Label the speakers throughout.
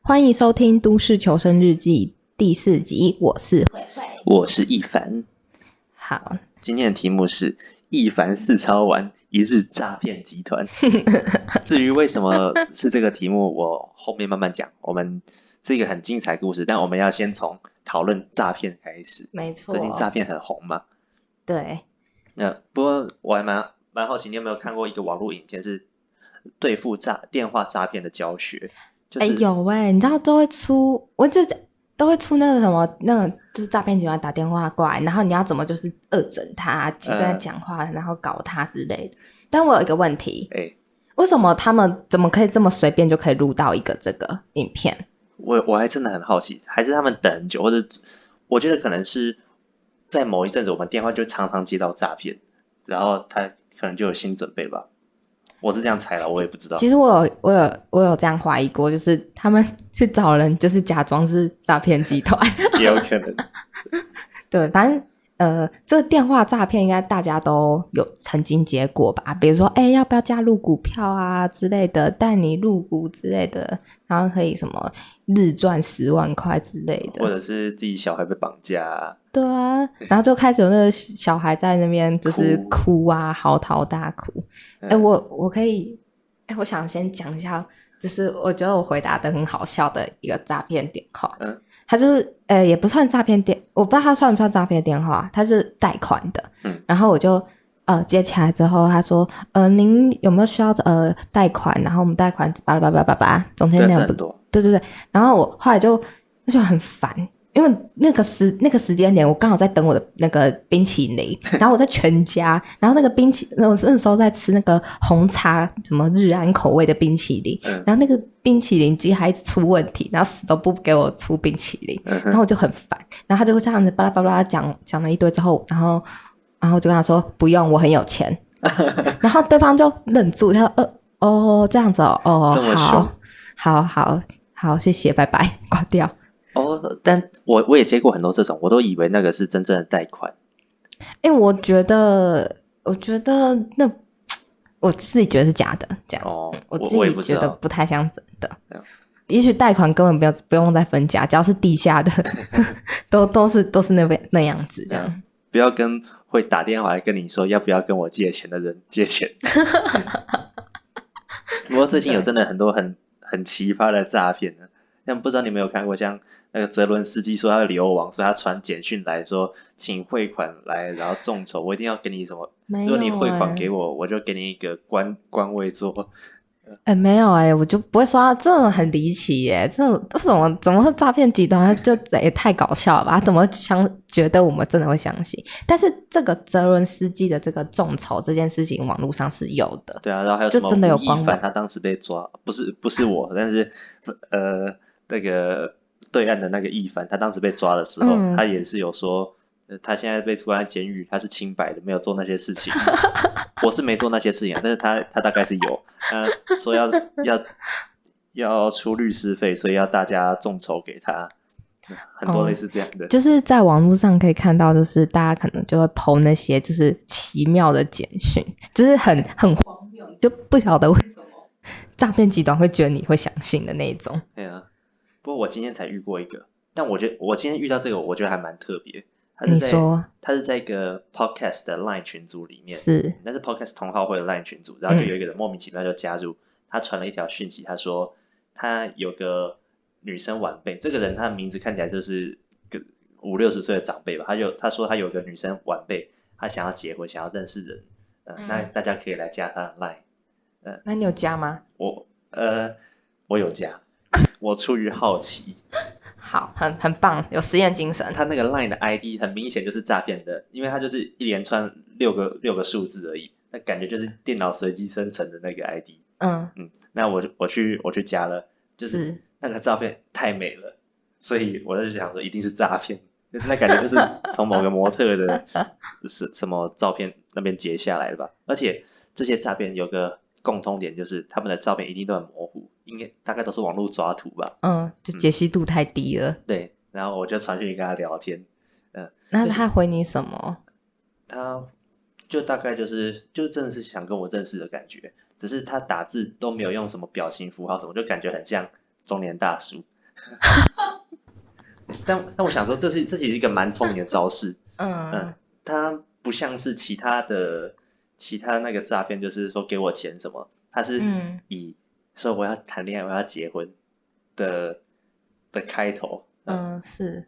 Speaker 1: 欢迎收听《都市求生日记》第四集，我是慧慧。
Speaker 2: 我是一凡，
Speaker 1: 好，
Speaker 2: 今天的题目是一凡四超玩一日诈骗 集团。至于为什么是这个题目，我后面慢慢讲。我们是一个很精彩的故事，但我们要先从讨论诈骗开始。
Speaker 1: 没错
Speaker 2: 最近诈骗很红嘛，
Speaker 1: 对，
Speaker 2: 那、不过我还蛮蛮好奇，你有没有看过一个网络影片是对付诈电话诈骗的教学？就
Speaker 1: 哎、
Speaker 2: 是、
Speaker 1: 有哎、你知道都会出，我这都会出那个什么，那个就是诈骗集团打电话过来，然后你要怎么就是恶整他，跟他
Speaker 2: 嗯
Speaker 1: 讲话，然后搞他之类的。但我有一个问题，
Speaker 2: 哎，
Speaker 1: 为什么他们怎么可以这么随便就可以录到一个这个影片？
Speaker 2: 我我还真的很好奇，还是他们等很久，或者我觉得可能是在某一阵子，我们电话就常常接到诈骗，然后他可能就有心准备吧。我是这样猜了，我也不知道。
Speaker 1: 其实我有我有我有这样怀疑过，就是他们去找人，就是假装是诈骗集团。
Speaker 2: 也有 可能，
Speaker 1: 对，反正呃，这个电话诈骗应该大家都有曾经接过吧？比如说，哎，要不要加入股票啊之类的，带你入股之类的，然后可以什么日赚十万块之类
Speaker 2: 或
Speaker 1: 的，
Speaker 2: 者是自己小孩被绑架啊、
Speaker 1: 对啊，然后就开始有那个小孩在那边就是哭啊，嚎啕大哭。
Speaker 2: 嗯
Speaker 1: 哎，我我可以，哎，我想先讲一下，就是我觉得我回答的很好笑的一个诈骗电话，
Speaker 2: 嗯
Speaker 1: 他就是呃也不算诈骗电，我不知道他算不算诈骗电话，他是贷款的，
Speaker 2: 嗯
Speaker 1: 然后我就呃接起来之后，他说呃您有没有需要呃贷款，然后我们贷款巴拉巴拉巴拉巴拉，总
Speaker 2: 对
Speaker 1: 监
Speaker 2: 啊，
Speaker 1: 那
Speaker 2: 是
Speaker 1: 样不
Speaker 2: 很多。
Speaker 1: 对对对，然后我后来就我就很烦，因为那个时那个时间点，我刚好在等我的那个冰淇淋，然后我在全家，然后那个冰淇，我那时候在吃那个红茶什么日安口味的冰淇淋，
Speaker 2: 嗯
Speaker 1: 然后那个冰淇淋机还一直出问题，然后死都不给我出冰淇淋，
Speaker 2: 嗯
Speaker 1: 然
Speaker 2: 哼，
Speaker 1: 后我就很烦，然后他就会这样子巴拉巴拉讲讲了一堆之后，然后然后我就跟他说不用，我很有 钱，然后对方就愣住，他说呃哦这样子哦
Speaker 2: 这
Speaker 1: 哦好
Speaker 2: 么凶
Speaker 1: 好好好谢谢拜拜挂掉。
Speaker 2: 哦，但我我也接过很多这种，我都以为那个是真正的贷款。
Speaker 1: 哎、我觉得我觉得那我自己觉得是假的，这样、
Speaker 2: 哦，
Speaker 1: 我
Speaker 2: 我
Speaker 1: 自
Speaker 2: 也
Speaker 1: 己
Speaker 2: 不知
Speaker 1: 觉得
Speaker 2: 道。啊
Speaker 1: 不太像真的
Speaker 2: 这样。
Speaker 1: 也许贷款根本不要不用再分家，只要是地下 的，都都是都是那边那样子这样。
Speaker 2: 不要跟会打电话来跟你说要不要跟我借钱的人 借钱。不过最近有真的很多很很奇葩的诈骗呢，像不知道你们有看过，像那个泽伦斯基说他流亡，所以他传简讯来说，请汇款来，然后众筹，我一定要给你什么，
Speaker 1: 没
Speaker 2: 啊如
Speaker 1: 有、欸，
Speaker 2: 果你汇款给我，我就给你一个官官位做。
Speaker 1: 哎、没有哎、我就不会说到这种很离奇耶、这种为什么怎么会诈骗集团？就也太搞笑了吧？怎么相觉得我们真的会相信？但是这个泽伦斯基的这个众筹这件事情，网络上是有的。
Speaker 2: 对啊，然后还有
Speaker 1: 就
Speaker 2: 什么
Speaker 1: 真的有
Speaker 2: 吴亦
Speaker 1: 官位
Speaker 2: 凡，他当时被抓，不是不是我，但是呃那个对岸的那个亦凡，他当时被抓的时候，
Speaker 1: 嗯
Speaker 2: 他也是有说、呃他现在被关在监狱，他是清白的，没有做那些事 情。我是没做那些事情啊，但是他他大概是有，呃，说 要要要出律师费，所以要大家众筹给他，很多类似这样的。
Speaker 1: 哦就是在网络上可以看到，就是大家可能就会抛那些就是奇妙的简讯，就是很很荒谬，你就不晓得为什么诈骗集团会觉得你会相信的那一种。
Speaker 2: 对啊，不过我今天才遇过一个，但我觉得我今天遇到这个，我觉得还蛮特别。他是
Speaker 1: 你
Speaker 2: 在
Speaker 1: 说
Speaker 2: 他是在一个 podcast 的 Line 群组里面，
Speaker 1: 是
Speaker 2: 那是 podcast 同好会的 Line 群组，然后就
Speaker 1: 嗯
Speaker 2: 有一个人莫名其妙就加入，他传了一条讯息，他说他有个女生晚辈，这个人他的名字看起来就是个五六十岁的长辈吧，他就他说他有个女生晚辈，他想要结婚，想要认识人，呃，那
Speaker 1: 嗯
Speaker 2: 大家可以来加他的 Line，
Speaker 1: 那你有加吗？
Speaker 2: 我呃我有加，我出于好奇。
Speaker 1: 好，很很棒，有实验精神。
Speaker 2: 他那个 Line 的 ID 很明显就是诈骗的，因为他就是一连串六个六个数字而已，那感觉就是电脑随机生成的那个 ID。
Speaker 1: 嗯，
Speaker 2: 嗯，那我就我去我去加了，就是
Speaker 1: 是
Speaker 2: 那个照片太美了，所以我就想说一定是诈骗，就是那感觉就是从某个模特的 是什么照片那边截下来的吧。而且这些诈骗有个共通点，就是他们的照片一定都很模糊，应该大概都是网络抓图吧。
Speaker 1: 嗯，就解析度太低了。
Speaker 2: 对，然后我就传讯跟他聊天，
Speaker 1: 那
Speaker 2: 就是
Speaker 1: 他回你什么？
Speaker 2: 他就大概就是就真的是想跟我认识的感觉，只是他打字都没有用什么表情符号什么，就感觉很像中年大叔。 但但我想说，这是这是一个蛮聪明的招式，嗯
Speaker 1: 嗯，
Speaker 2: 它不像是其他的其他那个诈骗，就是说给我钱什么，它是
Speaker 1: 嗯
Speaker 2: 以说我要谈恋爱，我要结婚的的开头，嗯，
Speaker 1: 嗯是，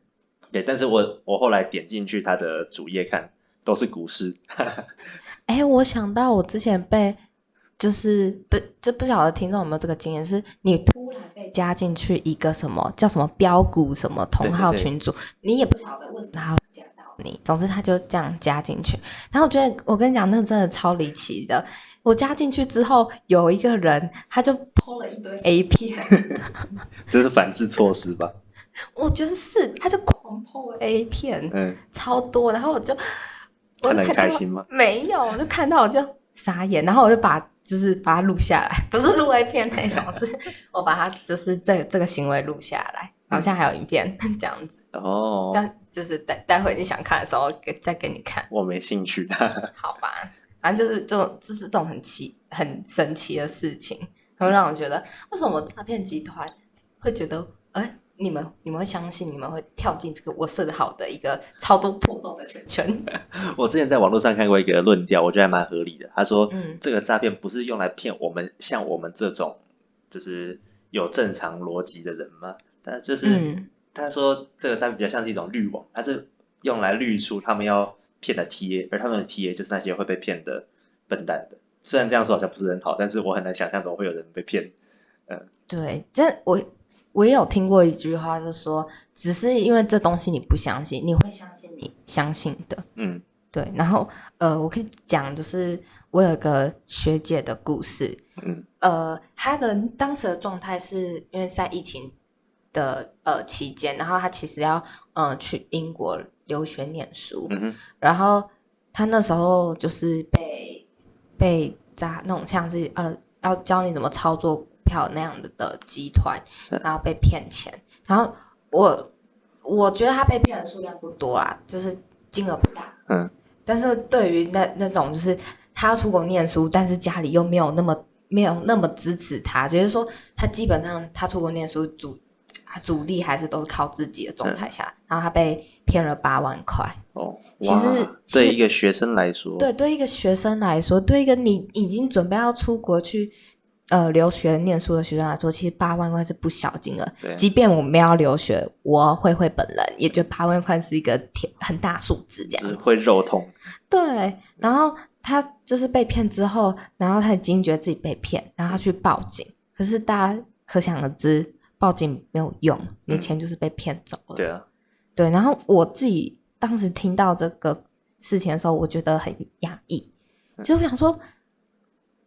Speaker 2: 对，但是我我后来点进去它的主页看，都是股市，
Speaker 1: 哎、我想到我之前被，就是不，这不晓得听众有没有这个经验，是你突然被加进去一个什么叫什么标股什么同
Speaker 2: 对
Speaker 1: 号
Speaker 2: 对
Speaker 1: 群组，你也不晓得为什么他会加到你，总之他就这样加进去。然后我觉得，我跟你讲，那个真的超离奇的。我加进去之后，有一个人他就抛了一堆 A 片，
Speaker 2: 这是反制措施吧？
Speaker 1: 我觉得是，他就狂抛 A 片，
Speaker 2: 嗯，
Speaker 1: 超多。然后我就，我就
Speaker 2: 看得很
Speaker 1: 看到
Speaker 2: 开心吗？
Speaker 1: 没有，我就看到我就傻眼，然后我就把就是把它录下来，不是录 A 片内 容，是我把它就是这这个行为录下来，然后现在还有影片 这样子，
Speaker 2: 嗯哦，
Speaker 1: 但就是待待会你想看的时候给再给你看，
Speaker 2: 我没兴趣，
Speaker 1: 好吧？反正就是这种就是这种很奇很神奇的事情，然后让我觉得为什么诈骗集团会觉得哎。你们你们会相信，你们会跳进这个我设的好的一个超多破洞的圈 圈，
Speaker 2: 我之前在网络上看过一个论调，我觉得还蛮合理的。他说，
Speaker 1: 嗯
Speaker 2: 这个诈骗不是用来骗我们，像我们这种就是有正常逻辑的人吗？但就是、
Speaker 1: 嗯
Speaker 2: 他说这个诈骗比较像是一种滤网，它是用来滤出他们要骗的 TA，而他们的 TA 就是那些会被骗的笨蛋的。虽然这样说好像不是很好，但是我很难想象怎么会有人被骗。
Speaker 1: 对，这我我也有听过一句话，是说，只是因为这东西你不相信，你会相信你相信的。
Speaker 2: 嗯
Speaker 1: 对，然后呃，我可以讲，就是我有一个学姐的故事，
Speaker 2: 嗯
Speaker 1: 呃，她的当时的状态是因为在疫情的呃期间，然后她其实要呃去英国留学念书，
Speaker 2: 嗯哼
Speaker 1: 然后他那时候就是被被诈那种像是呃要教你怎么操作股票那样的的集团
Speaker 2: 嗯，
Speaker 1: 然后被骗钱。然后我我觉得他被骗的数量不多啦，就是金额不大。
Speaker 2: 嗯，
Speaker 1: 但是对于那那种就是他要出国念书，但是家里又没有那么没有那么支持他，就是说他基本上他出国念书主主力还是都是靠自己的状态下，然后他被骗了八万块。
Speaker 2: 哦，
Speaker 1: 其
Speaker 2: 哇
Speaker 1: 实其实
Speaker 2: 对一个学生来说，
Speaker 1: 对，对一个学生来说，对一个你已经准备要出国去呃留学念书的学生来说，其实八万块是不小金额。
Speaker 2: 对啊
Speaker 1: 即便我没有要留学，我慧慧本人也觉得八万块是一个挺很大数字这
Speaker 2: 就是
Speaker 1: 样
Speaker 2: 会
Speaker 1: 子。
Speaker 2: 肉痛。
Speaker 1: 对，然后他就是被骗之后，然后他惊觉自己被骗，然后他去
Speaker 2: 嗯
Speaker 1: 报警。可是大家可想而知，报警没有用，你
Speaker 2: 嗯
Speaker 1: 钱就是被骗走了。
Speaker 2: 对啊，
Speaker 1: 对，然后我自己当时听到这个事情的时候，我觉得很压抑，
Speaker 2: 嗯
Speaker 1: 就是我想说，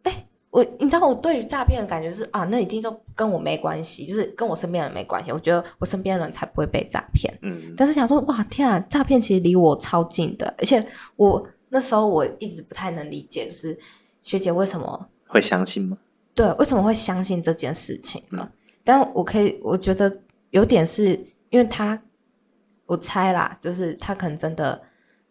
Speaker 1: 哎、我你知道我对于诈骗的感觉是啊，那一定都跟我没关系，就是跟我身边的人没关系，我觉得我身边的人才不会被诈骗。
Speaker 2: 嗯，
Speaker 1: 但是想说，哇，天啊，诈骗其实离我超近的，而且我那时候我一直不太能理解，就是学姐为什么
Speaker 2: 会相信吗？
Speaker 1: 对，为什么会相信这件事情呢？
Speaker 2: 嗯
Speaker 1: 但我可以，我觉得有点是因为他，我猜啦，就是他可能真的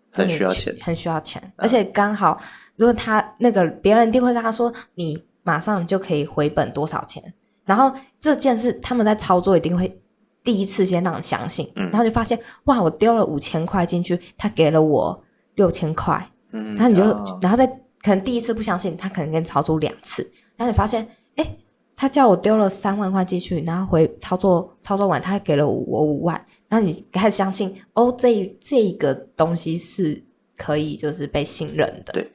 Speaker 2: 很
Speaker 1: 真的
Speaker 2: 需要
Speaker 1: 去
Speaker 2: 钱嗯
Speaker 1: 很需要钱，而且刚好如果他那个别人一定会跟他说，你马上就可以回本多少钱，然后这件事他们在操作一定会。第一次先让你相信，
Speaker 2: 嗯
Speaker 1: 然后就发现哇，我丢了五千块进去，他给了我六千块，
Speaker 2: 嗯，
Speaker 1: 然后你就，
Speaker 2: 啊
Speaker 1: 然后再可能第一次不相信，他可能给你操作两次，然后你发现，哎、他叫我丢了三万块进去，然后回操作操作完，他还给了我五万，然后你开始相信，哦，这一这一个东西是可以就是被信任的，
Speaker 2: 对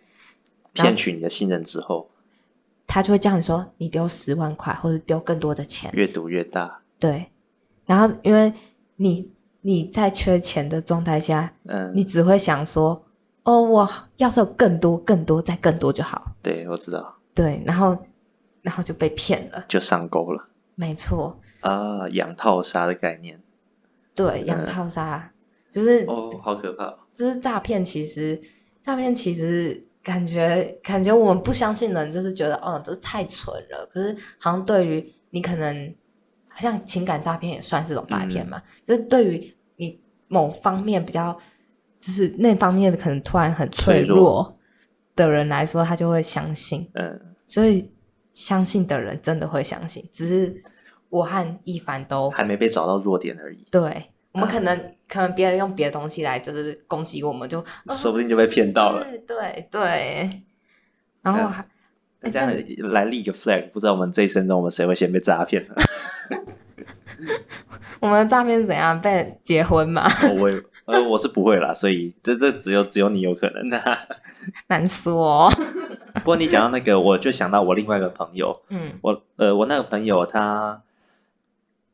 Speaker 2: 骗取你的信任之后，
Speaker 1: 他就会叫你说你丢十万块或者丢更多的钱，
Speaker 2: 越赌越大。
Speaker 1: 对，然后因为你你在缺钱的状态下，
Speaker 2: 嗯，
Speaker 1: 你只会想说，哦，我要是有更多更多再更多就好。
Speaker 2: 对我知道，
Speaker 1: 对，然后然后就被骗了，
Speaker 2: 就上钩了
Speaker 1: 没错，
Speaker 2: 啊，养套杀的概念。
Speaker 1: 对，养套杀、就是
Speaker 2: 嗯哦，好可怕哦！
Speaker 1: 就是诈骗，其实诈骗其实感觉感觉我们不相信的人就是觉得哦，这太蠢了，可是好像对于你可能好像情感诈骗也算是种诈骗
Speaker 2: 嗯
Speaker 1: 嘛，就是对于你某方面比较就是那方面可能突然很脆
Speaker 2: 脆弱
Speaker 1: 弱的人来说，他就会相信。
Speaker 2: 嗯，
Speaker 1: 所以相信的人真的会相信，只是我和一凡都
Speaker 2: 还嗯没被找到弱点而已，
Speaker 1: 对，我们可能、可能别人用别的东西来就是攻击我们就，呃
Speaker 2: 说不定就被骗到了。
Speaker 1: 是对对，然后
Speaker 2: 嗯
Speaker 1: 还哎
Speaker 2: 那这样来立个 flag，不知道我们这一生中我们谁会先被诈骗呢？啊
Speaker 1: 我们的诈骗是怎样被结婚嘛，
Speaker 2: 我也呃我是不会啦，所以这这只有只有你有可能、啊。
Speaker 1: 难说、哦。
Speaker 2: 不过你讲到那个，我就想到我另外一个朋友，
Speaker 1: 嗯
Speaker 2: 我呃，我那个朋友他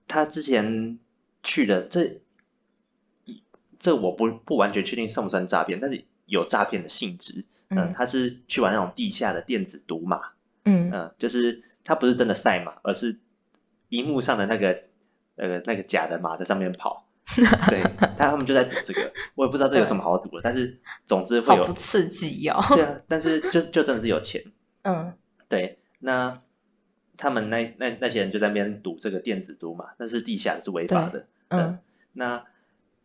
Speaker 2: 他之前去的这这我不不完全确定算不算诈骗，但是有诈骗的性质。嗯、
Speaker 1: 嗯
Speaker 2: 他是去玩那种地下的电子赌马，
Speaker 1: 嗯
Speaker 2: 嗯、就是他不是真的赛马，而是荧幕上的那个呃那个假的马在上面 跑。对，他他们就在赌这个，我也不知道这有什么好赌的，但是总之会
Speaker 1: 好
Speaker 2: 有
Speaker 1: 不刺激哦。
Speaker 2: 对啊，但是就就真的是有钱。
Speaker 1: 嗯
Speaker 2: 对，那他们那那那些人就在那边赌这个电子赌嘛，那是地下的是违法的。
Speaker 1: 嗯，
Speaker 2: 那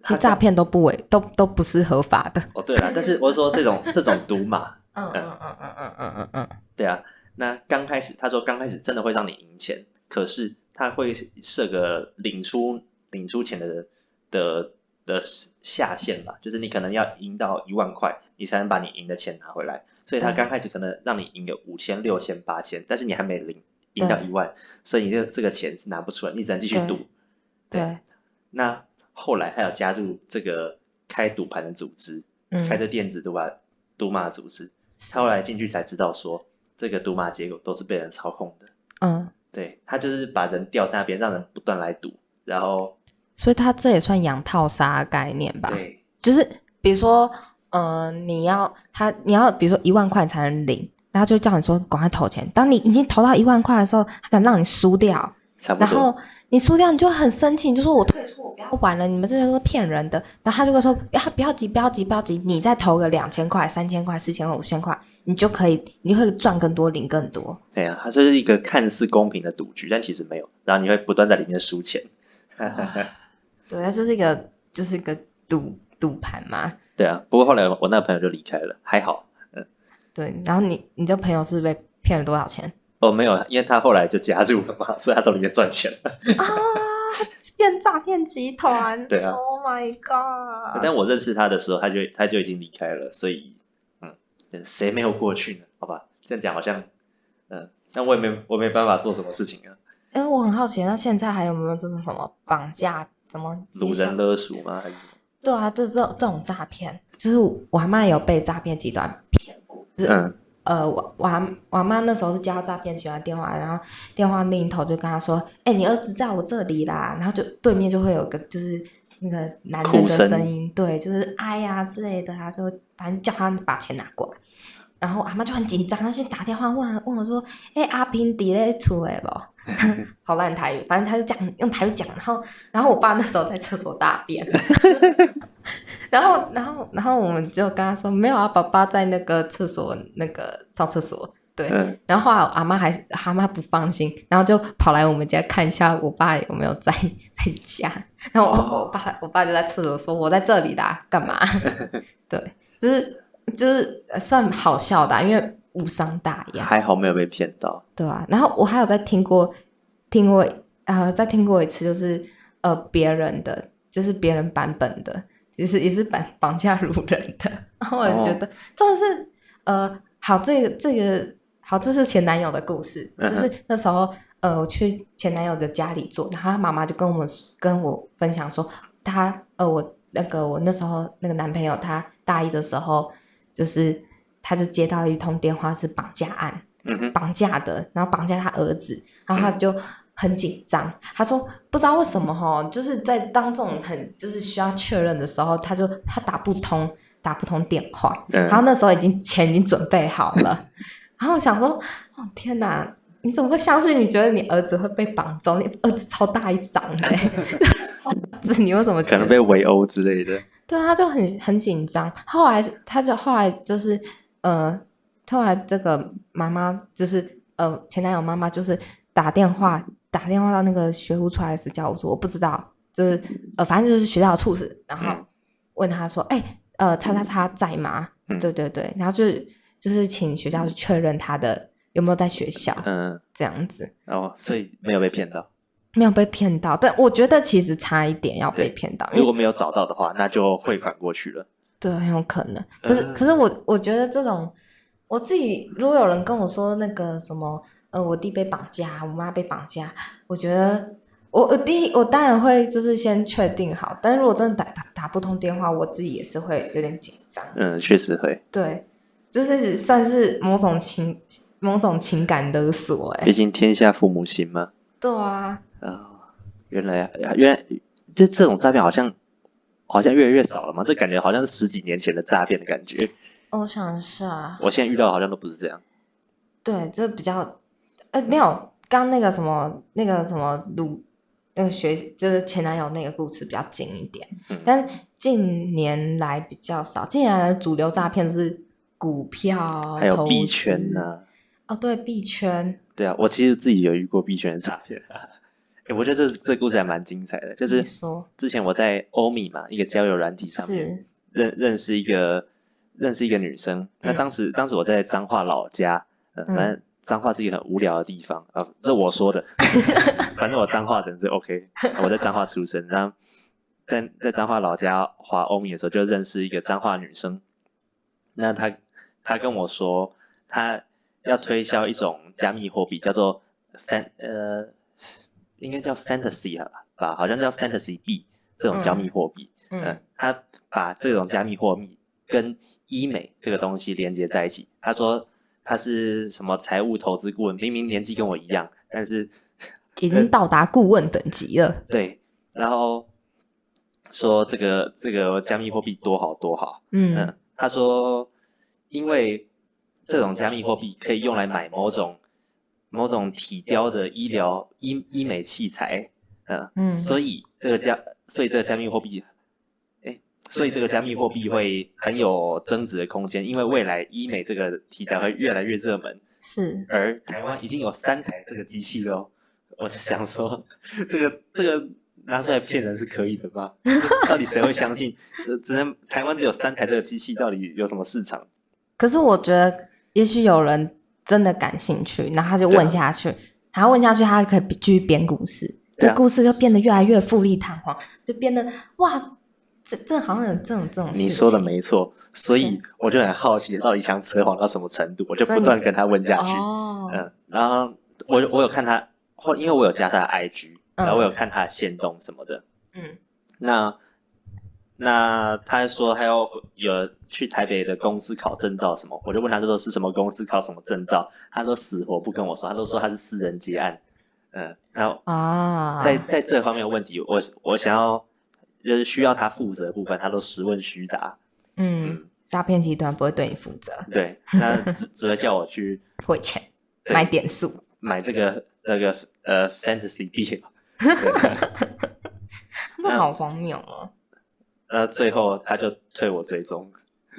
Speaker 1: 其
Speaker 2: 他
Speaker 1: 实诈
Speaker 2: 在
Speaker 1: 骗都不违，都都不是合法的。
Speaker 2: 哦，对了，但是我是说这种 这种赌马，
Speaker 1: 嗯嗯嗯嗯嗯嗯嗯嗯，
Speaker 2: 对啊，那刚开始他说刚开始真的会让你赢钱，可是他会设个领出领出钱的的的下限吧，就是你可能要赢到一万块，你才能把你赢的钱拿回来。所以他
Speaker 1: 对
Speaker 2: 刚开始可能让你赢个五千、六千、八千，但是你还没领赢到
Speaker 1: 对
Speaker 2: 一万，所以你这这个钱是拿不出来，你只能继续
Speaker 1: 对
Speaker 2: 赌。
Speaker 1: 对，
Speaker 2: 那后来还有加入这个开赌盘的组织，
Speaker 1: 嗯
Speaker 2: 开这电子赌马赌马组织，他后来进去才知道说，这个赌马结果都是被人操控的。
Speaker 1: 嗯，
Speaker 2: 对他就是把人吊在那边，让人不断来赌，然后
Speaker 1: 所以他这也算养套杀概念吧？
Speaker 2: 对
Speaker 1: 就是比如说，呃，你要他你要比如说一万块才能领，然后就叫你说赶快投钱。当你已经投到一万块的时候，他敢让你输掉，
Speaker 2: 差不
Speaker 1: 然
Speaker 2: 多
Speaker 1: 后你输掉你就很生气，你就说我退出，我不要玩了，你们这些都是骗人的。然后他就会说，不要不要急，不要急，不要急，你再投个两千块、三千块、四千块、五千块，你就可以，你会赚更多，领更多。
Speaker 2: 对啊，它就是一个看似公平的赌局，但其实没有，然后你会不断在里面输钱。
Speaker 1: 对，它就是一个就是一个赌赌盘嘛。
Speaker 2: 对啊，不过后来我那朋友就离开了，还好
Speaker 1: 对，然后你你这朋友是被骗了多少 钱？
Speaker 2: 哦，没有，因为他后来就加入了嘛，所以他从里面赚钱。
Speaker 1: 变诈骗集团。
Speaker 2: 对啊
Speaker 1: Oh my god！
Speaker 2: 但我认识他的时候，他就他就已经离开了，所以嗯，谁没有过去呢？好吧，这样讲好像嗯，但我也没我没办法做什么事情啊，
Speaker 1: 哎、我很好奇，那现在还有没有就是什么绑架、什么
Speaker 2: 掳人？勒索吗？还是什么
Speaker 1: 对啊，这这这种诈骗，就是我阿妈有被诈骗集团骗过。就是
Speaker 2: 嗯
Speaker 1: 呃，我我阿我阿妈那时候是接到诈骗集团电话，然后电话另一头就跟她说：“哎、你儿子在我这里啦。”然后就对面就会有个就是那个男人
Speaker 2: 哭
Speaker 1: 的
Speaker 2: 声
Speaker 1: 声音，对，就是哎呀之类的啊，就反正叫他把钱拿过来。然后我阿妈就很紧张，她就打电话问问我说：“哎、阿平伫咧厝诶不？” 好烂台语，反正他就讲用台语讲，然后然后我爸那时候在厕所大便，然后，然后，然后我们就跟他说没有啊，爸爸在那个厕所那个上厕所。对，
Speaker 2: 嗯，
Speaker 1: 然后后来我阿妈还阿妈不放心，然后就跑来我们家看一下我爸有没有在在家。然后我、
Speaker 2: 哦
Speaker 1: 我爸我爸就在厕所说：“我在这里啦，干嘛？”对，就是就是呃算好笑的啊、因为无伤大雅，
Speaker 2: 还好没有被骗到。
Speaker 1: 对啊。然后我还有在听过听过呃再听过一次，就是呃别人的，就是别人版本的，就是也是绑绑架路人的。然后我就觉
Speaker 2: 哦
Speaker 1: 得、真的是呃，好，这个这个好，这是前男友的故事，
Speaker 2: 嗯
Speaker 1: 就
Speaker 2: 哼
Speaker 1: 是那时候呃，我去前男友的家里做，然后他妈妈就跟我们跟我分享说，他呃，我那个我那时候那个男朋友他大一的时候，就是他就接到一通电话是绑架案，
Speaker 2: 嗯哼，
Speaker 1: 绑架的，然后绑架他儿子，然后他就很紧张。他说不知道为什么哈，就是在当这种很就是需要确认的时候，他就他打不通，打不通电话。
Speaker 2: 嗯
Speaker 1: 然后那时候已经钱已经准备好了，然后我想说，哦天哪，你怎么会相信？你觉得你儿子会被绑走？你儿子超大一掌的、欸， 子你为什么觉
Speaker 2: 可
Speaker 1: 得
Speaker 2: 能被围殴之类的。
Speaker 1: 对啊，他就很很紧张。后来是他就后来就是呃，后来这个妈妈就是呃前男友妈妈就是打电话打电话到那个学务处还是教务处，我不知道，就是呃反正就是学校的处室，然后
Speaker 2: 嗯
Speaker 1: 问他说，哎、呃叉叉叉在吗？
Speaker 2: 嗯
Speaker 1: 对对对，然后就就是请学校去确认他的有没有在学校
Speaker 2: 嗯，
Speaker 1: 这样子。
Speaker 2: 哦，所以没有被骗到。
Speaker 1: 没有被骗到，但我觉得其实差一点要被
Speaker 2: 对
Speaker 1: 骗到，因
Speaker 2: 如
Speaker 1: 为
Speaker 2: 果没有找到的话，那就汇款过去了。
Speaker 1: 对很有可能。可是、
Speaker 2: 嗯
Speaker 1: 可是我我觉得这种，我自己如果有人跟我说那个什么，呃，我弟被绑架，我妈被绑架，我觉得我我第一我当然会就是先确定好，但是如果真的打打打不通电话，我自己也是会有点紧张。
Speaker 2: 嗯，确实会，
Speaker 1: 对，就是算是某种情某种情感勒索、欸，
Speaker 2: 毕竟天下父母心嘛。
Speaker 1: 对啊，
Speaker 2: 啊、原来啊原来这这种诈骗好像好像越来越少了嘛，这感觉好像是十几年前的诈骗的感觉。
Speaker 1: 我想一下，啊
Speaker 2: 我现在遇到的好像都不是这样。
Speaker 1: 对，这比较，呃，没有，刚那个什么那个什么鲁那个学就是前男友那个故事比较近一点，
Speaker 2: 嗯
Speaker 1: 但近年来比较少，近年来的主流诈骗是股票，
Speaker 2: 还有
Speaker 1: 投
Speaker 2: 币
Speaker 1: 资
Speaker 2: 圈呐、
Speaker 1: 哦，对，币圈，
Speaker 2: 对啊，我其实自己有遇过币圈的诈骗。哎，我觉得这这故事还蛮精彩的，就
Speaker 1: 你
Speaker 2: 是
Speaker 1: 说
Speaker 2: 之前我在欧米嘛，一个交友软体上面
Speaker 1: 是，
Speaker 2: 认认识一个认识一个女生，那当时当时我在彰化老家，呃、
Speaker 1: 嗯
Speaker 2: 反正彰化是一个很无聊的地方啊、这我说的，反正我彰化人是 OK，我在彰化出生，然后在在彰化老家华欧米的时候就认识一个彰化女生，那她她跟我说她要推销一种加密货币，叫做 fan 呃，应该叫 fantasy 吧，好像叫 fantasy 币这种加密货币。嗯
Speaker 1: 嗯，，
Speaker 2: 他把这种加密货币跟医美这个东西连接在一起。他说他是什么财务投资顾问，明明年纪跟我一样，但是
Speaker 1: 已经到达顾问等级了，
Speaker 2: 对，然后说这个这个加密货币多好多好。
Speaker 1: 嗯
Speaker 2: 嗯，他说因为这种加密货币可以用来买某种某种体雕的医疗医医美器材，嗯。
Speaker 1: 嗯，
Speaker 2: 所以这个加，所以这个加密货币，哎，所以这个加密货币会很有增值的空间，因为未来医美这个题材会越来越热门，
Speaker 1: 是
Speaker 2: 而台湾已经有三台这个机器了哦。我就想说，这个这个拿出来骗人是可以的吗？到底谁会相信？只只能台湾只有三台这个机器，到底有什么市场？
Speaker 1: 可是我觉得，也许有人真的感兴趣，然后他就
Speaker 2: 对啊
Speaker 1: 问下去，他问下去，他可以继续编故事，
Speaker 2: 对啊
Speaker 1: 这故事就变得越来越富丽堂皇，就变得哇，这这好像有这种这种事情。
Speaker 2: 你说的没错，所以
Speaker 1: 对
Speaker 2: 我就很好奇，到底想扯谎到什么程度，我就
Speaker 1: 所以
Speaker 2: 不
Speaker 1: 你
Speaker 2: 断跟他问下去。
Speaker 1: 哦，
Speaker 2: 嗯，然后我有我有看他，或因为我有加他的 IG，
Speaker 1: 嗯
Speaker 2: 然后我有看他的线动什么的。
Speaker 1: 嗯
Speaker 2: 那那他说他要有去台北的公司考证照什么，我就问他这都是什么公司考什么证照，他说死活不跟我说，他都说他是私人接案。嗯，然后
Speaker 1: 啊，
Speaker 2: 嗯在在这方面的问题，我我想要就是需要他负责的部分，他都实问虚答。
Speaker 1: 嗯，
Speaker 2: 嗯，
Speaker 1: 诈骗集团不会对你负责，
Speaker 2: 对，那只只会叫我去
Speaker 1: 汇钱
Speaker 2: 对
Speaker 1: 买点数。
Speaker 2: 买这个那个呃 fantasy 币。
Speaker 1: 那好荒谬哦！
Speaker 2: 那最后他就退我追踪。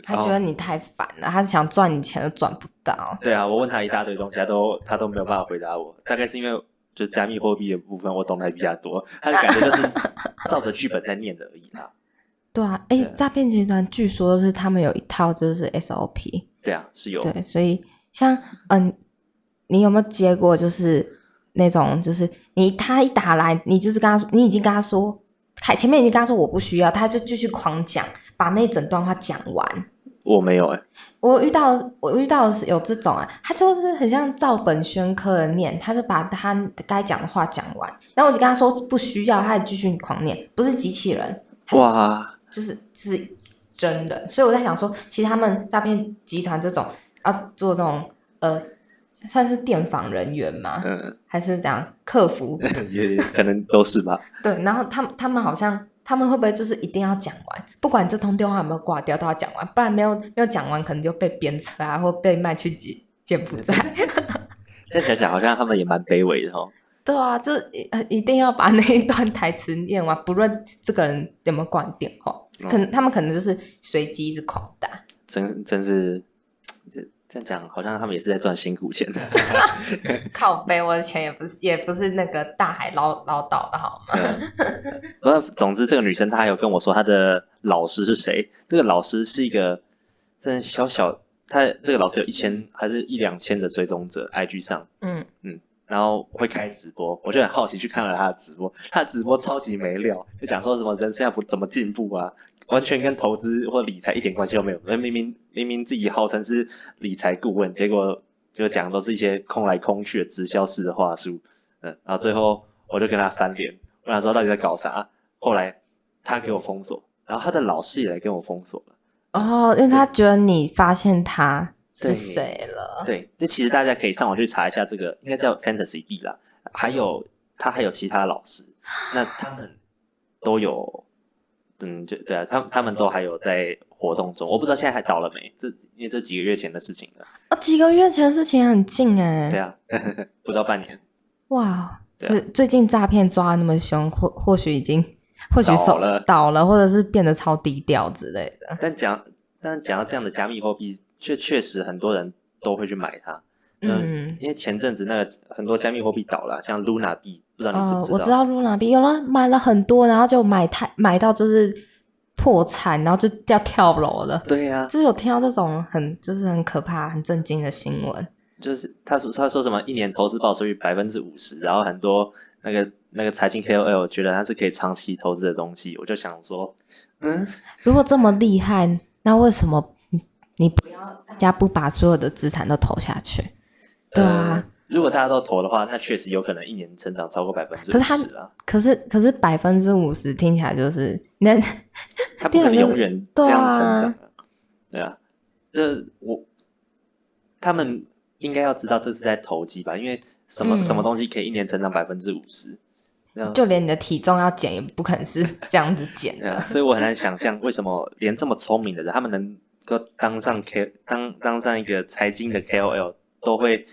Speaker 1: 他觉得你太烦了，他想赚你钱都赚不到。
Speaker 2: 对啊，我问他一大堆东西，他都他都没有办法回答我。大概是因为就加密货币的部分我懂得比较多，他的感觉就是 照着剧本在念的而已啦。
Speaker 1: 对啊，哎
Speaker 2: 对，
Speaker 1: 诈骗集团据说是他们有一套就是 SOP，
Speaker 2: 对啊，是有
Speaker 1: 对，所以像嗯，你有没有接过就是那种就是你他一打来，你就是跟他说，你已经跟他说，开前面已经跟他说我不需要，他就继续狂讲，把那一整段话讲完。
Speaker 2: 我没有哎、
Speaker 1: 我遇到我遇到的是有这种啊，他就是很像照本宣科的念，他就把他该讲的话讲完，然后我就跟他说不需要，他还继续狂念，不是机器人，
Speaker 2: 哇，
Speaker 1: 就是就是真人，所以我在想说，其实他们诈骗集团这种要做这种呃，算是电访人员吗？
Speaker 2: 嗯，
Speaker 1: 还是怎样客服？
Speaker 2: 也可能都是吧。
Speaker 1: 对，然后他们他们好像他们会不会就是一定要讲完，不管这通电话有没有挂掉都要讲完，不然没有没有讲完，可能就被鞭策啊，或被卖去柬柬埔寨。
Speaker 2: 再想想，好像他们也蛮卑微的哦。
Speaker 1: 对啊，就是一呃一定要把那一段台词念完，不论这个人有没有挂你电话，可能他们可能就是随机一直狂打。
Speaker 2: 嗯真真是这样讲，好像他们也是在赚辛苦钱。
Speaker 1: 靠背，我的钱也不是也不是那个大海捞捞到的好吗？
Speaker 2: 嗯， 呃，总之这个女生她还有跟我说她的老师是谁，这个老师是一个真的小小，她这个老师有一千还是一两千的追踪者，IG 上，
Speaker 1: 嗯，
Speaker 2: 然后会开直播，我就很好奇去看了他的直播，他的直播超级没料，就讲说什么人生要不怎么进步啊，完全跟投资或理财一点关系都没有。那明明明明自己号称是理财顾问，结果就讲都是一些空来空去的直销式的话术，嗯，然后最后我就跟他翻脸，问他说到底在搞啥，后来他给我封锁，然后他的老师也来跟我封锁了。
Speaker 1: 哦，因为他觉得你发现他是
Speaker 2: 对
Speaker 1: 谁了，
Speaker 2: 对，这其实大家可以上网去查一下，这个应该叫 Fantasy B 啦。还
Speaker 1: 哦
Speaker 2: 有他还有其他老师，那他们都有，嗯，就对啊，他们他们都还有在活动中，我不知道现在还倒了没，这因为这几个月前的事情了。
Speaker 1: 哦，几个月前的事情很近哎、
Speaker 2: 对啊， 不到半年，
Speaker 1: 哇，
Speaker 2: 对啊
Speaker 1: 这最近诈骗抓得那么凶，或或许已经或许
Speaker 2: 倒
Speaker 1: 手
Speaker 2: 了
Speaker 1: 倒了，或者是变得超低调之类的。
Speaker 2: 但讲但讲到这样的加密货币，却确实很多人都会去买它。嗯
Speaker 1: 嗯，
Speaker 2: 因为前阵子那个很多加密货币倒了，像 Luna 币，不知道你知
Speaker 1: 呃
Speaker 2: 不，
Speaker 1: 我知道露娜币有人买了很多，然后就买太买到就是破产，然后就要跳楼了。
Speaker 2: 对呀、啊，
Speaker 1: 就是有听到这种很就是很可怕、很震惊的新闻，
Speaker 2: 就是他说他说什么一年投资报酬率百分之五十，然后很多那个那个财经 KOL 觉得它是可以长期投资的东西，我就想说，嗯，
Speaker 1: 如果这么厉害，那为什么你你不要大家不把所有的资产都投下去？对啊
Speaker 2: 呃如果大家都投的话，那确实有可能一年成长超过百分之
Speaker 1: 可
Speaker 2: 五
Speaker 1: 是他
Speaker 2: 十啊，
Speaker 1: 可是可是百分之五十听起来就是那
Speaker 2: 他不可
Speaker 1: 对啊
Speaker 2: 能
Speaker 1: 就是
Speaker 2: 永远这样成长
Speaker 1: 对啊
Speaker 2: 啊，对啊，这我他们应该要知道这是在投机吧，因为什么、
Speaker 1: 嗯
Speaker 2: 什么东西可以一年成长百分之五十，对啊
Speaker 1: 就连你的体重要减也不可能是这样子减
Speaker 2: 对啊，
Speaker 1: 的。
Speaker 2: 所以我很难想象为什么连这么聪明的人，他们能够当上 K 当当上一个财经的 KOL，都会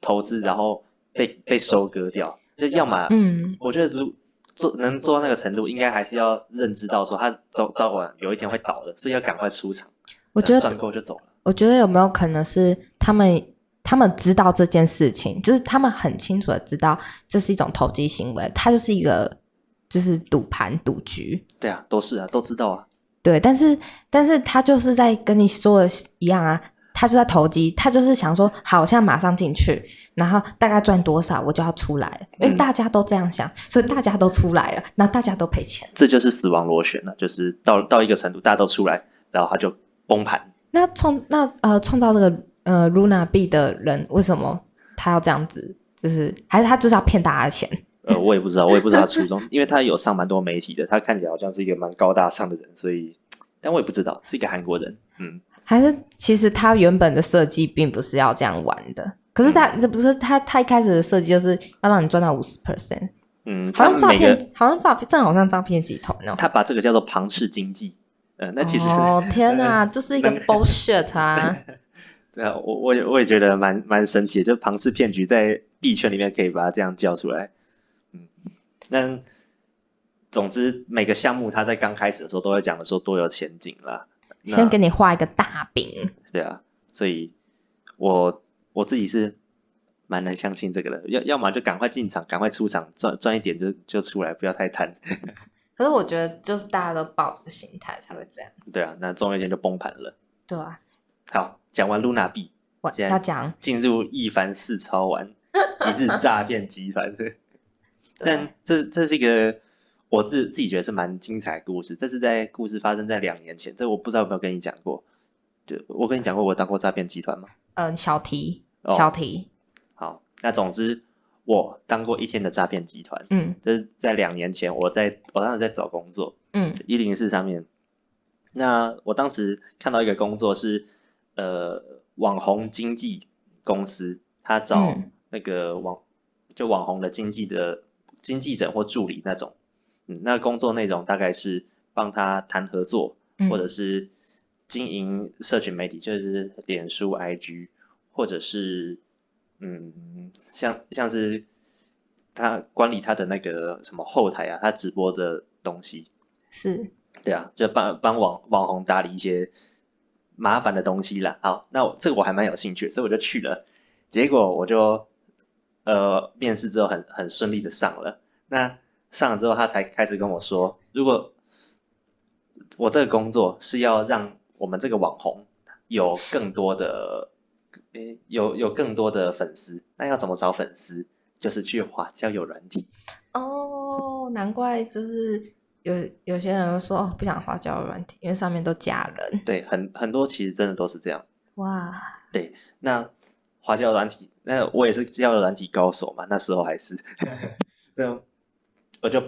Speaker 2: 投资然后被被收割掉。就要么，
Speaker 1: 嗯，
Speaker 2: 我觉得如做能做到那个程度，应该还是要认知到说他早早晚有一天会倒的，所以要赶快出场。
Speaker 1: 我觉
Speaker 2: 赚
Speaker 1: 得
Speaker 2: 够就走了。
Speaker 1: 我觉得有没有可能是他们他们知道这件事情，就是他们很清楚的知道这是一种投机行为，它就是一个就是赌盘赌局。
Speaker 2: 对啊，都是啊，都知道啊。
Speaker 1: 对，但是但是他就是在跟你说的一样啊，他就在投机，他就是想说，好像马上进去，然后大概赚多少我就要出来了，因为
Speaker 2: 嗯
Speaker 1: 大家都这样想，所以大家都出来了，然后大家都赔钱。
Speaker 2: 这就是死亡螺旋了、就是到到一个程度，大家都出来，然后他就崩盘。
Speaker 1: 那创那呃创造这个呃 Luna 币的人，为什么他要这样子？就是还是他就是要骗大家的钱？
Speaker 2: 呃，我也不知道，我也不知道他初衷，因为他有上蛮多媒体的，他看起来好像是一个蛮高大上的人，所以，但我也不知道是一个韩国人，嗯，
Speaker 1: 还是其实他原本的设计并不是要这样玩的？可是他这不是他他一开始的设计就是要让你赚到五十 percent，
Speaker 2: 嗯，
Speaker 1: 好
Speaker 2: 他
Speaker 1: 像诈
Speaker 2: 每个
Speaker 1: 骗，好像诈骗，真的好像诈骗集团哦。
Speaker 2: 他把这个叫做庞氏经济，嗯、那其实，
Speaker 1: 哦天哪，
Speaker 2: 呃
Speaker 1: 就是一个
Speaker 2: 能
Speaker 1: bullshit 啊！
Speaker 2: 对啊，我我也我也觉得蛮蛮神奇的，就庞氏骗局在币圈里面可以把它这样叫出来，嗯，那总之每个项目他在刚开始的时候都会讲的说多有前景啦，那
Speaker 1: 先给你画一个大饼，
Speaker 2: 对啊，所以我我自己是蛮难相信这个的，要要么就赶快进场，赶快出场，赚赚一点就就出来，不要太贪。
Speaker 1: 可是我觉得就是大家都抱这个心态才会这样，
Speaker 2: 对啊，那总有一天就崩盘了。
Speaker 1: 对啊，
Speaker 2: 好，讲完 Luna 币，
Speaker 1: 我
Speaker 2: 现在
Speaker 1: 要讲，
Speaker 2: 进入一凡四超玩，一是诈骗集团。
Speaker 1: 对
Speaker 2: 但这这是一个我自自己觉得是蛮精彩的故事，这是在故事发生在两年前，这我不知道有没有跟你讲过。就我跟你讲过我当过诈骗集团吗？
Speaker 1: 嗯，小题，
Speaker 2: 哦
Speaker 1: 小题，
Speaker 2: 好，那总之我当过一天的诈骗集团。
Speaker 1: 嗯
Speaker 2: 这是在两年前，我在我当时在找工作，
Speaker 1: 嗯
Speaker 2: 一零四上面。那我当时看到一个工作是，呃，网红经纪公司，他找
Speaker 1: 嗯
Speaker 2: 那个网、就网红的经纪的经纪人或助理那种，嗯，那工作内容大概是帮他谈合作，
Speaker 1: 嗯，
Speaker 2: 或者是经营社群媒体，就是脸书、IG，或者是嗯，像像是他管理他的那个什么后台啊，他直播的东西，
Speaker 1: 是
Speaker 2: 对啊，就帮帮网网红打理一些麻烦的东西啦。好，那我这个我还蛮有兴趣，所以我就去了。结果我就呃面试之后很很顺利的上了。那上了之后，他才开始跟我说，如果我这个工作是要让我们这个网红有更多的，诶有有更多的粉丝，那要怎么找粉丝？就是去滑交友软体。
Speaker 1: 哦，难怪就是有有些人会说哦，不想花交友软体，因为上面都假人。
Speaker 2: 对，很很多其实真的都是这样。
Speaker 1: 哇，
Speaker 2: 那滑交友软体，那我也是交友软体高手嘛，那时候还是，那我就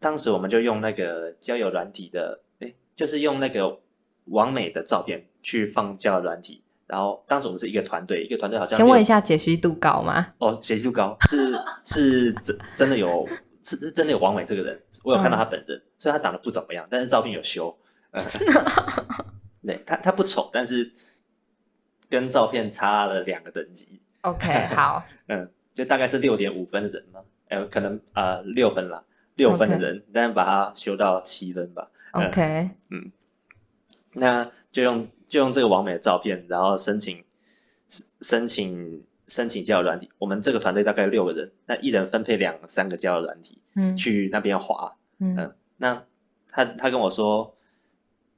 Speaker 2: 当时我们就用那个交友软体的，哎，就是用那个完美的照片去放交友软体，然后当时我们是一个团队，一个团队好像
Speaker 1: 先问一
Speaker 2: 六
Speaker 1: 下解析度高吗？
Speaker 2: 哦，谁度高是是真真的有是是真的有王伟这个人，我有看
Speaker 1: 嗯
Speaker 2: 到他本人，虽然他长得不怎么样，但是照片有修。 呃对他他不丑，但是跟照片差了两个等级，
Speaker 1: OK，好，
Speaker 2: 嗯，就大概是六点五分的人嘛，呃，可能啊六、分啦，六分的
Speaker 1: OK
Speaker 2: 人但把它修到七分吧。嗯
Speaker 1: OK，
Speaker 2: 那就用就用这个完美的照片，然后申请申请申请交友软体。我们这个团队大概六个人，那一人分配两三个交友软体
Speaker 1: 嗯
Speaker 2: 去那边滑。
Speaker 1: 嗯
Speaker 2: 嗯，那他他跟我说，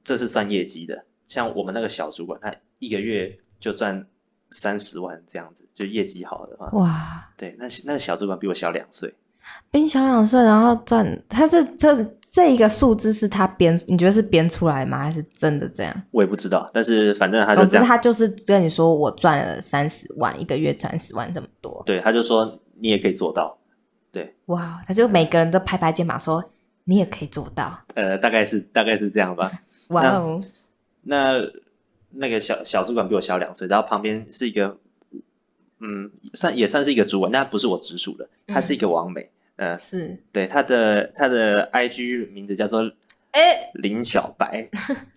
Speaker 2: 这是算业绩的，像我们那个小主管，他一个月就赚三十万这样子，就业绩好的话。
Speaker 1: 哇，
Speaker 2: 对，那那个小主管比我小两岁，
Speaker 1: 冰小两岁，然后赚，他这这这一个数字是他编，你觉得是编出来吗？还是真的这样？
Speaker 2: 我也不知道，但是反正他就
Speaker 1: 总
Speaker 2: 这
Speaker 1: 之，
Speaker 2: 样，
Speaker 1: 他就是跟你说我赚了三十万，一个月赚十万这么多，
Speaker 2: 对，他就说你也可以做到，
Speaker 1: 哇！他就每个人都拍拍肩膀说你也可以做到，
Speaker 2: 呃，大概是大概是这样吧。
Speaker 1: 哇哦，
Speaker 2: 那那个小小主管比我小两岁，然后旁边是一个，嗯，算也算是一个主管，但他不是我直属的，
Speaker 1: 嗯
Speaker 2: 他是一个王美，呃，
Speaker 1: 是，
Speaker 2: 对，他的他的 IG 名字叫做
Speaker 1: 哎、
Speaker 2: 林 小白，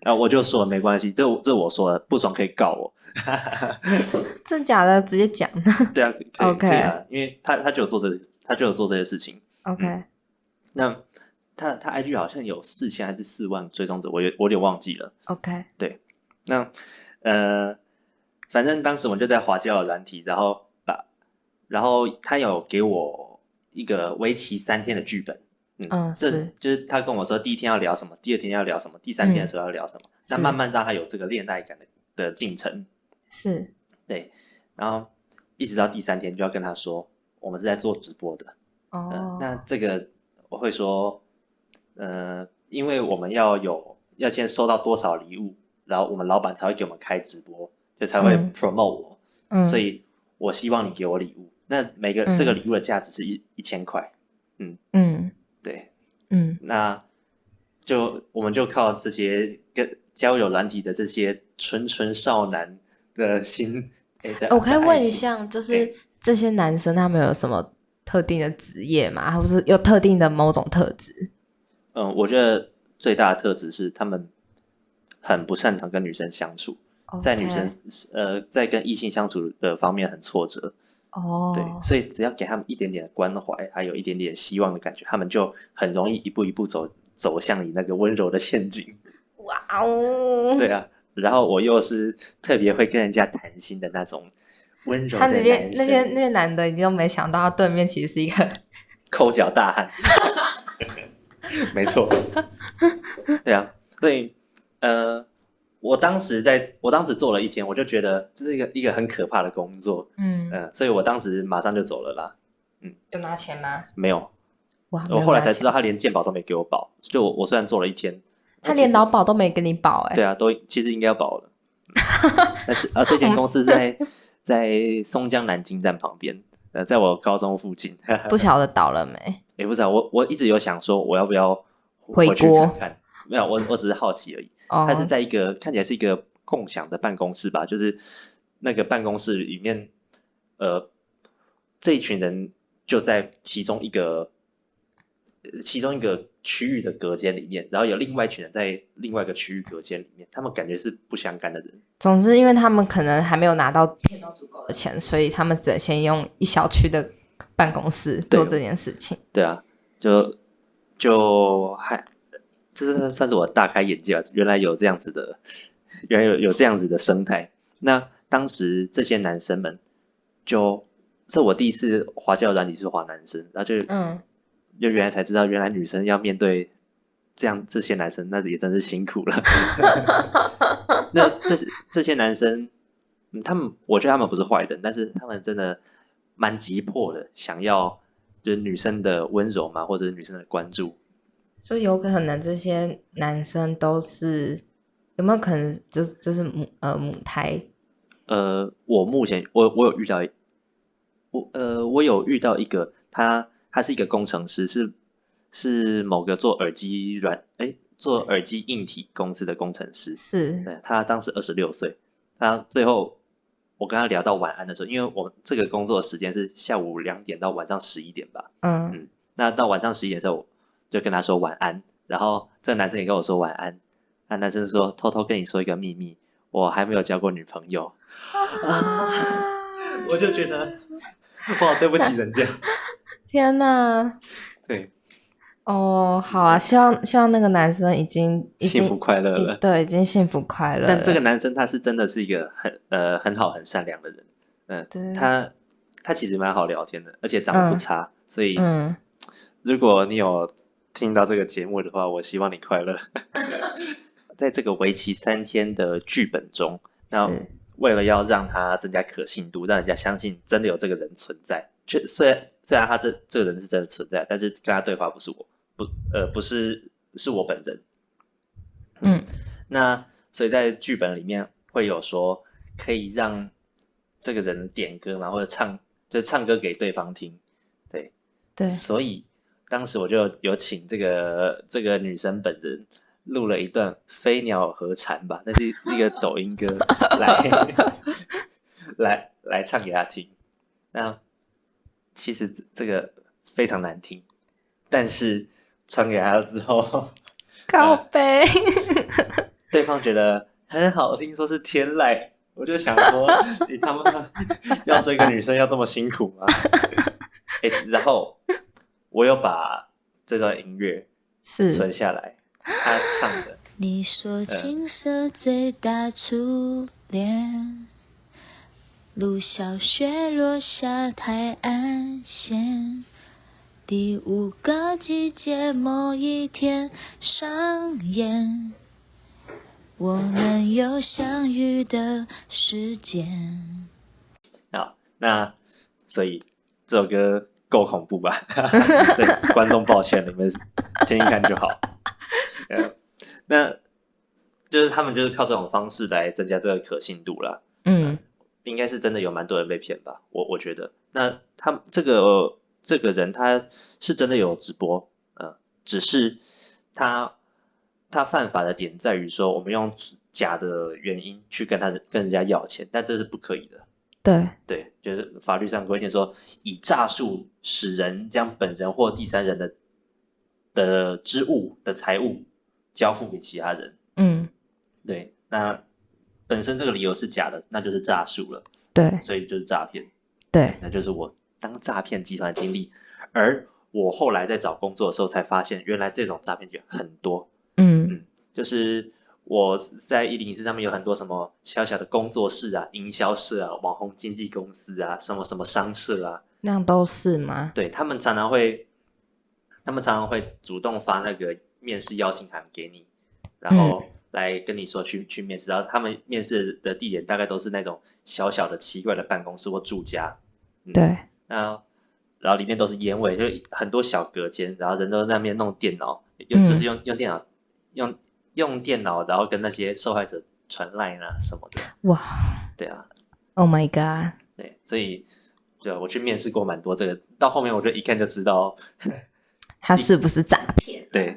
Speaker 2: 然后我就说没关系，这我这我说的，不爽可以告我。
Speaker 1: 真假的直接讲
Speaker 2: 对啊，可以可 以
Speaker 1: OK
Speaker 2: 可以啊，因为他他就有做这他就有做这些事情。
Speaker 1: ，OK，、
Speaker 2: 那他他 IG 好像有四千还是四万追踪者，我有我有点忘记了。
Speaker 1: OK，
Speaker 2: 那呃，反正当时我就在华教软体，然后把，然后他有给我一个为期三天的剧本，嗯，
Speaker 1: 嗯
Speaker 2: 这
Speaker 1: 是嗯
Speaker 2: 就是他跟我说第一天要聊什么，第二天要聊什么，第三天的时候要聊什么，那
Speaker 1: 是
Speaker 2: 慢慢让他有这个恋爱感的的进程，
Speaker 1: 是
Speaker 2: 对，然后一直到第三天就要跟他说，我们是在做直播的，嗯，
Speaker 1: 哦，
Speaker 2: 那这个我会说，呃，因为我们要有要先收到多少礼物，然后我们老板才会给我们开直播，就才会
Speaker 1: 嗯
Speaker 2: promote 我，
Speaker 1: 嗯
Speaker 2: 所以我希望你给我礼物。那每个、这个礼物的价值是一一千块，
Speaker 1: 嗯
Speaker 2: 对，
Speaker 1: 嗯
Speaker 2: 那就我们就靠这些跟交友软体的这些纯纯少男 的心，哎的
Speaker 1: 哦我可以
Speaker 2: 的爱
Speaker 1: 问一
Speaker 2: 情
Speaker 1: 下，就
Speaker 2: 哎
Speaker 1: 是这些男生他们有什么特定的职业吗？或是有特定的某种特质？
Speaker 2: 嗯，我觉得最大的特质是他们很不擅长跟女生相处，在女生
Speaker 1: OK
Speaker 2: 呃在跟异性相处的方面很挫折，
Speaker 1: 哦，
Speaker 2: 对，所以只要给他们一点点的关怀，还有一点点希望的感觉，他们就很容易一步一步走走向你那个温柔的 陷阱。
Speaker 1: 哇哦，
Speaker 2: 对啊，然后我又是特别会跟人家谈心的那种温柔
Speaker 1: 他
Speaker 2: 的
Speaker 1: 那些
Speaker 2: 男
Speaker 1: 那些
Speaker 2: 生，
Speaker 1: 那些男的，你都没想到他对面其实是一个
Speaker 2: 抠脚大 汉，没错，对啊，所以呃，我当时在我当时做了一天，我就觉得这是一个一个很可怕的工作，
Speaker 1: 嗯，
Speaker 2: 嗯、所以我当时马上就走了啦。
Speaker 1: 有拿钱吗？
Speaker 2: 没有，
Speaker 1: 哇，哦没
Speaker 2: 我
Speaker 1: 有
Speaker 2: 后来
Speaker 1: 拿
Speaker 2: 才
Speaker 1: 钱
Speaker 2: 知道，他连健保都没给我保，就我我虽然做了一天，
Speaker 1: 他连劳
Speaker 2: 老
Speaker 1: 保都没给你保哎、
Speaker 2: 对啊，都其实应该 要保的，嗯但是啊，这间公司在在松江南京站旁边，呃，在我高中附近，
Speaker 1: 不晓得倒了没？
Speaker 2: 也不知道，啊我我一直有想说，我要不要
Speaker 1: 回
Speaker 2: 回去
Speaker 1: 国
Speaker 2: 看看？没有，我我只是好奇而已。
Speaker 1: 哦
Speaker 2: 它，是在一个看起来是一个共享的办公室吧，就是那个办公室里面，呃，这一群人就在其中一个呃其中一个区域的隔间里面，然后有另外一群人在另外一个区域隔间里面，他们感觉是不相干的人。
Speaker 1: 总之，因为他们可能还没有拿到骗到足够的钱，所以他们只能先用一小区的办公室
Speaker 2: 对
Speaker 1: 做这件事情。
Speaker 2: 对啊，就就还这是算是我大开眼界吧，原来有这样子的，原来有有这样子的生态。那当时这些男生们就，这我第一次滑教软体是滑男生，然后就
Speaker 1: 嗯，
Speaker 2: 就原来才知道，原来女生要面对这样这些男生，那也真是辛苦了。 那这这些男生，嗯，他们我觉得他们不是坏人，但是他们真的蛮急迫的，想要就是女生的温柔嘛，或者是女生的关注。
Speaker 1: 就有可能这些男生都是有没有可能就是就是母呃母胎？
Speaker 2: 呃，我目前我我有遇到一，我呃我有遇到一个，他他是一个工程师，是是某个做耳机软哎做耳机硬体公司的工程师。
Speaker 1: 是
Speaker 2: 对，他当时二十六岁，他最后我跟他聊到晚安的时候，因为我们这个工作的时间是下午两点到晚上十一点吧。
Speaker 1: 嗯
Speaker 2: 嗯那到晚上十一点的时候，我就跟他说晚安，然后这个男生也跟我说晚安。那男生说偷偷跟你说一个秘密，我还没有交过女朋友。 我就觉 得哇，对不起人 家。
Speaker 1: 天哪！
Speaker 2: 对，
Speaker 1: 哦，好啊，希望希望那个男生已经已经
Speaker 2: 幸福快乐
Speaker 1: 已
Speaker 2: 了。
Speaker 1: 对，已经幸福快乐了。
Speaker 2: 但这个男生他是真的是一个很呃很好很善良的人，嗯、
Speaker 1: 对
Speaker 2: 他他其实蛮好聊天的，而且长得不
Speaker 1: 嗯
Speaker 2: 差，所以
Speaker 1: 嗯，
Speaker 2: 如果你有听到这个节目的话，我希望你快乐。 在这个为期三天的剧本中，那
Speaker 1: 是
Speaker 2: 为了要让他增加可信度，让人家相信真的有这个人存在，确虽然虽然他这这个人是真的存在，但是跟他对话不是我，不呃不是是我本人。
Speaker 1: 嗯，
Speaker 2: 那所以在剧本里面会有说可以让这个人点歌嘛，或者唱就唱歌给对方听，对，
Speaker 1: 对，
Speaker 2: 所以当时我就有请这个这个女生本人录了一段《飞鸟和蝉》吧，那是一个抖音歌来 来来唱给她听。那其实这这个非常难听，但是传给她之后，啊
Speaker 1: 告白。
Speaker 2: 对方觉得很好听，说是天籁。我就想说，你他妈要追个女生要这么辛苦吗？哎、然后我又把这段音乐存
Speaker 1: 是
Speaker 2: 下来，他唱的，
Speaker 3: 你说
Speaker 2: 呃
Speaker 3: 青涩最大初恋，陆小雪落下海岸线。第五个季节某一天上演，我们有相遇的时间。
Speaker 2: 好，那所以这首歌够恐怖吧？对，观众抱歉，你们听听看就好。呃那就是他们就是靠这种方式来增加这个可信度啦。
Speaker 1: 嗯
Speaker 2: 应该是真的有蛮多人被骗吧，我我觉得。那他这个这个人他是真的有直播，呃，只是他他犯法的点在于说，我们用假的原因去跟他跟人家要钱，但这是不可以的。
Speaker 1: 对
Speaker 2: 对，就是法律上规定说，以诈术使人将本人或第三人的的之物的财物交付给其他人。
Speaker 1: 嗯
Speaker 2: 对，那本身这个理由是假的，那就是诈术了，
Speaker 1: 对
Speaker 2: 所以就是诈骗。
Speaker 1: 对
Speaker 2: 那就是我当诈骗集团经历。而我后来在找工作的时候才发现，原来这种诈骗集团很多。
Speaker 1: 嗯
Speaker 2: 就是我在一零一四上面有很多什么小小的工作室啊、营销社啊、网红经纪公司啊、什么什么商社啊，
Speaker 1: 那样都是吗？
Speaker 2: 对他们常常会，他们常常会主动发那个面试邀请函给你，然后来跟你说去去面试，然后他们面试的地点大概都是那种小小的奇怪的办公室或住家，嗯
Speaker 1: 对
Speaker 2: 那然后里面都是烟味，就很多小隔间，然后人都在那边弄电脑，用
Speaker 1: 嗯
Speaker 2: 就是用用电脑用用电脑，然后跟那些受害者传赖啊什么的，
Speaker 1: 哇
Speaker 2: 对啊，
Speaker 1: ，Oh my god！
Speaker 2: 对，所以对啊我去面试过蛮多这个，到后面我就一看就知道，
Speaker 1: 他是不是诈骗？
Speaker 2: 对。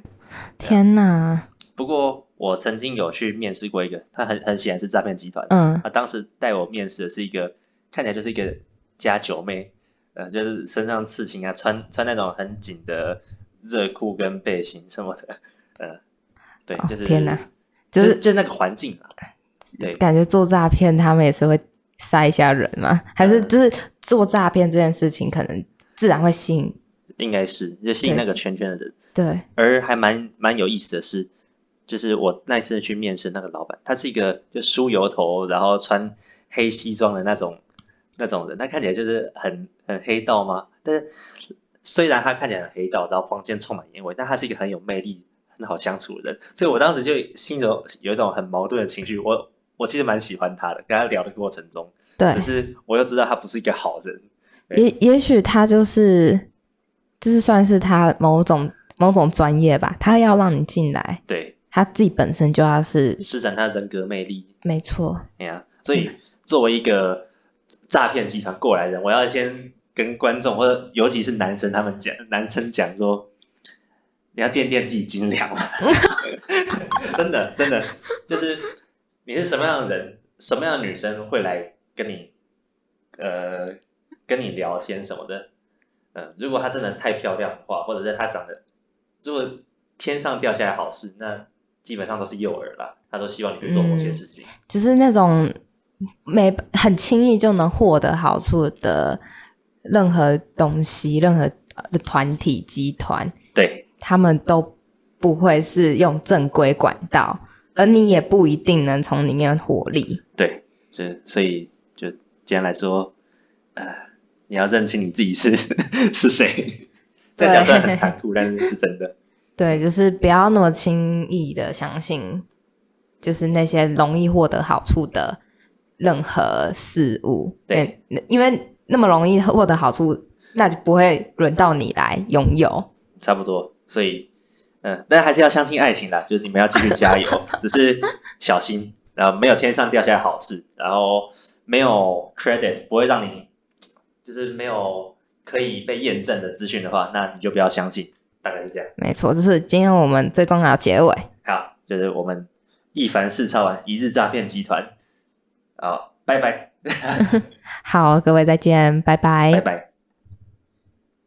Speaker 1: 天哪！
Speaker 2: 不过我曾经有去面试过一个，他很很显然是诈骗集团，
Speaker 1: 嗯
Speaker 2: 他啊当时带我面试的是一个看起来就是一个家九妹，呃，就是身上刺青啊，穿穿那种很紧的热裤跟背心什么的，呃，对，
Speaker 1: 哦
Speaker 2: 就是
Speaker 1: 天哪
Speaker 2: 就
Speaker 1: 就是
Speaker 2: 就是那个环境啊，对
Speaker 1: 感觉做诈骗他们也是会筛一下人嘛，还是
Speaker 2: 嗯
Speaker 1: 就是做诈骗这件事情可能自然会吸引？
Speaker 2: 应该是就吸引那个圈圈的人。
Speaker 1: 对，
Speaker 2: 而还蛮蛮有意思的是，就是我那次去面试那个老板，他是一个就梳油头，然后穿黑西装的那种那种人，他看起来就是很很黑道嘛。但是虽然他看起来很黑道，然后房间充满烟味，但他是一个很有魅力、很好相处的人，所以我当时就心中有一种很矛盾的情绪。我我其实蛮喜欢他的，跟他聊的过程中，
Speaker 1: 对
Speaker 2: 只，是我又知道他不是一个好人，
Speaker 1: 也也许他就是，这是算是他某种某种专业吧，他要让你进来，
Speaker 2: 对，
Speaker 1: 他自己本身就要是
Speaker 2: 施展他的人格魅力，
Speaker 1: 没错，
Speaker 2: 哎呀，所以作为一个诈骗集团过来人，我要先跟观众或者尤其是男生他们讲，男生讲说，你要垫垫自己斤两， 真的真的就是你是什么样的人，什么样的女生会来跟你呃跟你聊天什么的，嗯、如果她真的太漂亮的话，或者是她长得如果天上掉下来好事，那基本上都是诱饵啦，她都希望你去做某些事情。
Speaker 1: 就是那种没很轻易就能获得好处的任何东西，任何的团体集团，
Speaker 2: 对，
Speaker 1: 他们都不会是用正规管道，而你也不一定能从里面获利。
Speaker 2: 对，就所以就简单来说，呃，你要认清你自己是 是谁。这
Speaker 1: 对
Speaker 2: 讲虽然很残酷，但是是真的。
Speaker 1: 对，就是不要那么轻易的相信，就是那些容易获得好处的任何事物。
Speaker 2: 对
Speaker 1: 嗯，因为那么容易获得好处，那就不会轮到你来拥有。
Speaker 2: 差不多。所以，嗯、但还是要相信爱情啦，就是你们要继续加油，只是小心，然后没有天上掉下来好事，然后没有 credit 不会让你，就是没有可以被验证的资讯的话，那你就不要相信，大概是这样。
Speaker 1: 没错，这是今天我们最重要的结尾。
Speaker 2: 好，就是我们一凡四超完一日诈骗集团，好，拜拜，
Speaker 1: 好，各位再见，拜拜
Speaker 2: 拜拜。